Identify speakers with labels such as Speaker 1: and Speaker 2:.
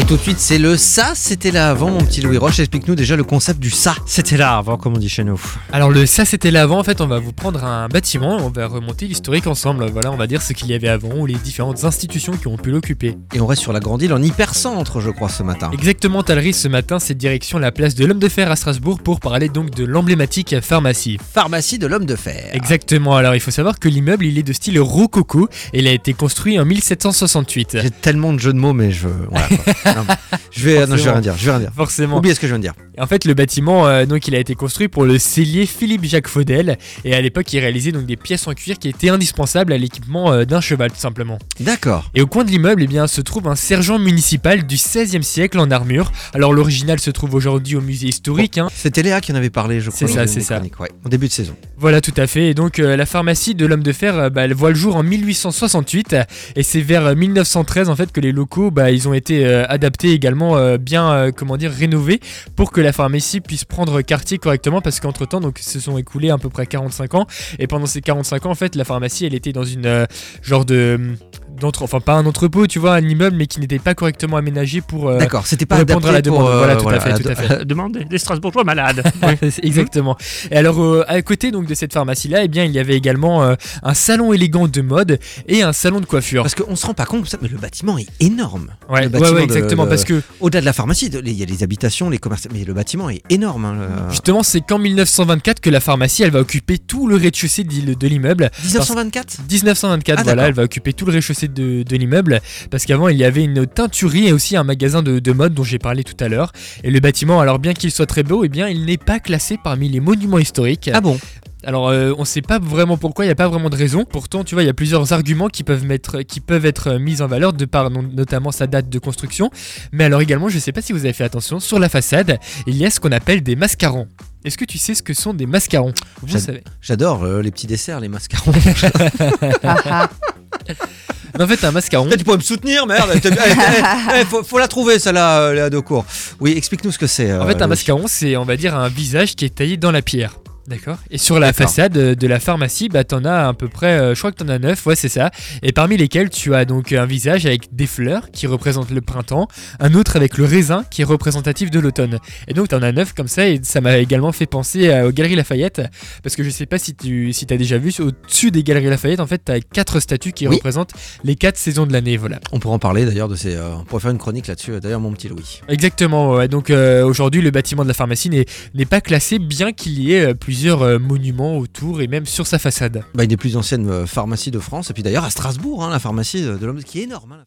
Speaker 1: Et tout de suite, c'est le ça, c'était là avant, mon petit Louis Roche. Explique-nous déjà le concept du ça.
Speaker 2: C'était là avant, comme on dit chez nous.
Speaker 3: Alors le ça c'était l'avant, en fait on va vous prendre un bâtiment, on va remonter l'historique ensemble, voilà on va dire ce qu'il y avait avant ou les différentes institutions qui ont pu l'occuper.
Speaker 1: Et on reste sur la grande île en hypercentre, je crois, ce matin.
Speaker 3: Exactement Talry ce matin c'est direction la place de l'homme de fer à Strasbourg pour parler donc de l'emblématique pharmacie.
Speaker 1: Pharmacie de l'homme de fer.
Speaker 3: Exactement, alors il faut savoir que l'immeuble il est de style rococo et il a été construit en 1768.
Speaker 1: J'ai tellement de jeux de mots, mais je. voilà, quoi. Non, je vais, non, je vais rien dire, je vais rien dire.
Speaker 3: Forcément.
Speaker 1: Oubliez ce que je viens de dire.
Speaker 3: En fait, le bâtiment, euh, donc, il a été construit pour le cellier Philippe-Jacques Faudel. Et à l'époque, il réalisait donc des pièces en cuir qui étaient indispensables à l'équipement euh, d'un cheval, tout simplement.
Speaker 1: D'accord.
Speaker 3: Et au coin de l'immeuble, eh bien, se trouve un sergent municipal du 16e siècle en armure. Alors, l'original se trouve aujourd'hui au musée historique. hein.
Speaker 1: C'était Léa qui en avait parlé, je crois.
Speaker 3: C'est ça,
Speaker 1: dans
Speaker 3: c'est
Speaker 1: les
Speaker 3: ça.
Speaker 1: chroniques, ouais, en début de saison.
Speaker 3: Voilà, tout à fait. Et donc, euh, la pharmacie de l'homme de fer, euh, bah, elle voit le jour en 1868. euh, Et c'est vers euh, 1913, en fait, que les locaux, bah, ils ont été euh, adaptés également, euh, bien, euh, comment dire, rénovés pour que la pharmacie puisse prendre quartier correctement. Parce qu'entre temps, donc, se sont écoulés à peu près 45 ans. Et pendant ces 45 ans, en fait, la pharmacie, elle était dans une euh, genre de. hum, d'entre- Enfin, pas un entrepôt, tu vois, un immeuble, mais qui n'était pas correctement aménagé pour. euh,
Speaker 1: D'accord, c'était pas
Speaker 3: répondre
Speaker 1: adapté
Speaker 3: à la demande,
Speaker 1: pour, euh,
Speaker 3: voilà, tout à fait,
Speaker 1: la
Speaker 3: tout
Speaker 1: de-
Speaker 3: à fait.
Speaker 2: Demandez des Strasbourgeois malades.
Speaker 3: C'est- Exactement. Et alors, euh, à côté donc de cette pharmacie-là, eh bien, il y avait également euh, un salon élégant de mode et un salon de coiffure.
Speaker 1: Parce qu'on se rend pas compte, ça, mais le bâtiment est énorme.
Speaker 3: Ouais,
Speaker 1: le
Speaker 3: ouais,
Speaker 1: bâtiment
Speaker 3: ouais,
Speaker 1: de-
Speaker 3: exactement.
Speaker 1: de-
Speaker 3: Parce que
Speaker 1: Au-delà de la pharmacie, de- il y a les habitations, les commerces, mais le bâtiment est énorme. hein, le-
Speaker 3: justement, c'est qu'en 1924 que la pharmacie, elle va occuper tout le rez-de-chaussée de l'île- de l'immeuble.
Speaker 1: 1924
Speaker 3: 1924,
Speaker 1: Ah,
Speaker 3: voilà,
Speaker 1: d'accord.
Speaker 3: elle va occuper tout le rez-de-chaussée de, de l'immeuble. Parce qu'avant, il y avait une teinturerie et aussi un magasin de, de mode dont j'ai parlé tout à l'heure. Et le bâtiment, alors bien qu'il soit très beau, eh bien, il n'est pas classé parmi les monuments historiques.
Speaker 1: Ah bon
Speaker 3: Alors euh, on sait pas vraiment pourquoi, il n'y a pas vraiment de raison. Pourtant, tu vois, il y a plusieurs arguments qui peuvent, mettre, qui peuvent être euh, mis en valeur de par non- notamment sa date de construction. Mais alors également, je sais pas si vous avez fait attention, sur la façade, il y a ce qu'on appelle des mascarons. Est-ce que tu sais ce que sont des mascarons Vous
Speaker 1: J'ad-
Speaker 3: savez.
Speaker 1: J'adore euh, les petits desserts, les mascarons.
Speaker 3: En fait, un mascaron,
Speaker 1: Là, Eh, tu pourrais me soutenir, merde. T'as- eh, eh, eh, faut, faut la trouver, celle-là, euh, Léa Daucourt. Oui, explique-nous ce que c'est.
Speaker 3: en
Speaker 1: euh,
Speaker 3: fait, un
Speaker 1: le-
Speaker 3: mascaron, c'est on va dire un visage qui est taillé dans la pierre. D'accord. Et sur la
Speaker 1: D'accord.
Speaker 3: façade euh, de la pharmacie, bah t'en as à peu près, euh, je crois que t'en as neuf, ouais c'est ça. Et parmi lesquels tu as donc un visage avec des fleurs qui représentent le printemps, un autre avec le raisin qui est représentatif de l'automne. Et donc t'en as neuf comme ça et ça m'a également fait penser à- aux Galeries Lafayette parce que je sais pas si tu si t'as déjà vu au-dessus des Galeries Lafayette en fait t'as quatre statues qui
Speaker 1: Oui.
Speaker 3: représentent les quatre saisons de l'année, voilà.
Speaker 1: On pourrait en parler d'ailleurs de ces. euh, on pourrait faire une chronique là-dessus, euh, d'ailleurs, mon petit Louis.
Speaker 3: Exactement, ouais. donc euh, aujourd'hui le bâtiment de la pharmacie n'est n'est pas classé bien qu'il y ait euh, plusieurs euh, monuments autour et même sur sa façade.
Speaker 1: Bah, une des plus anciennes euh, pharmacies de France, et puis d'ailleurs à Strasbourg, hein, la pharmacie de, de l'homme, qui est énorme. hein.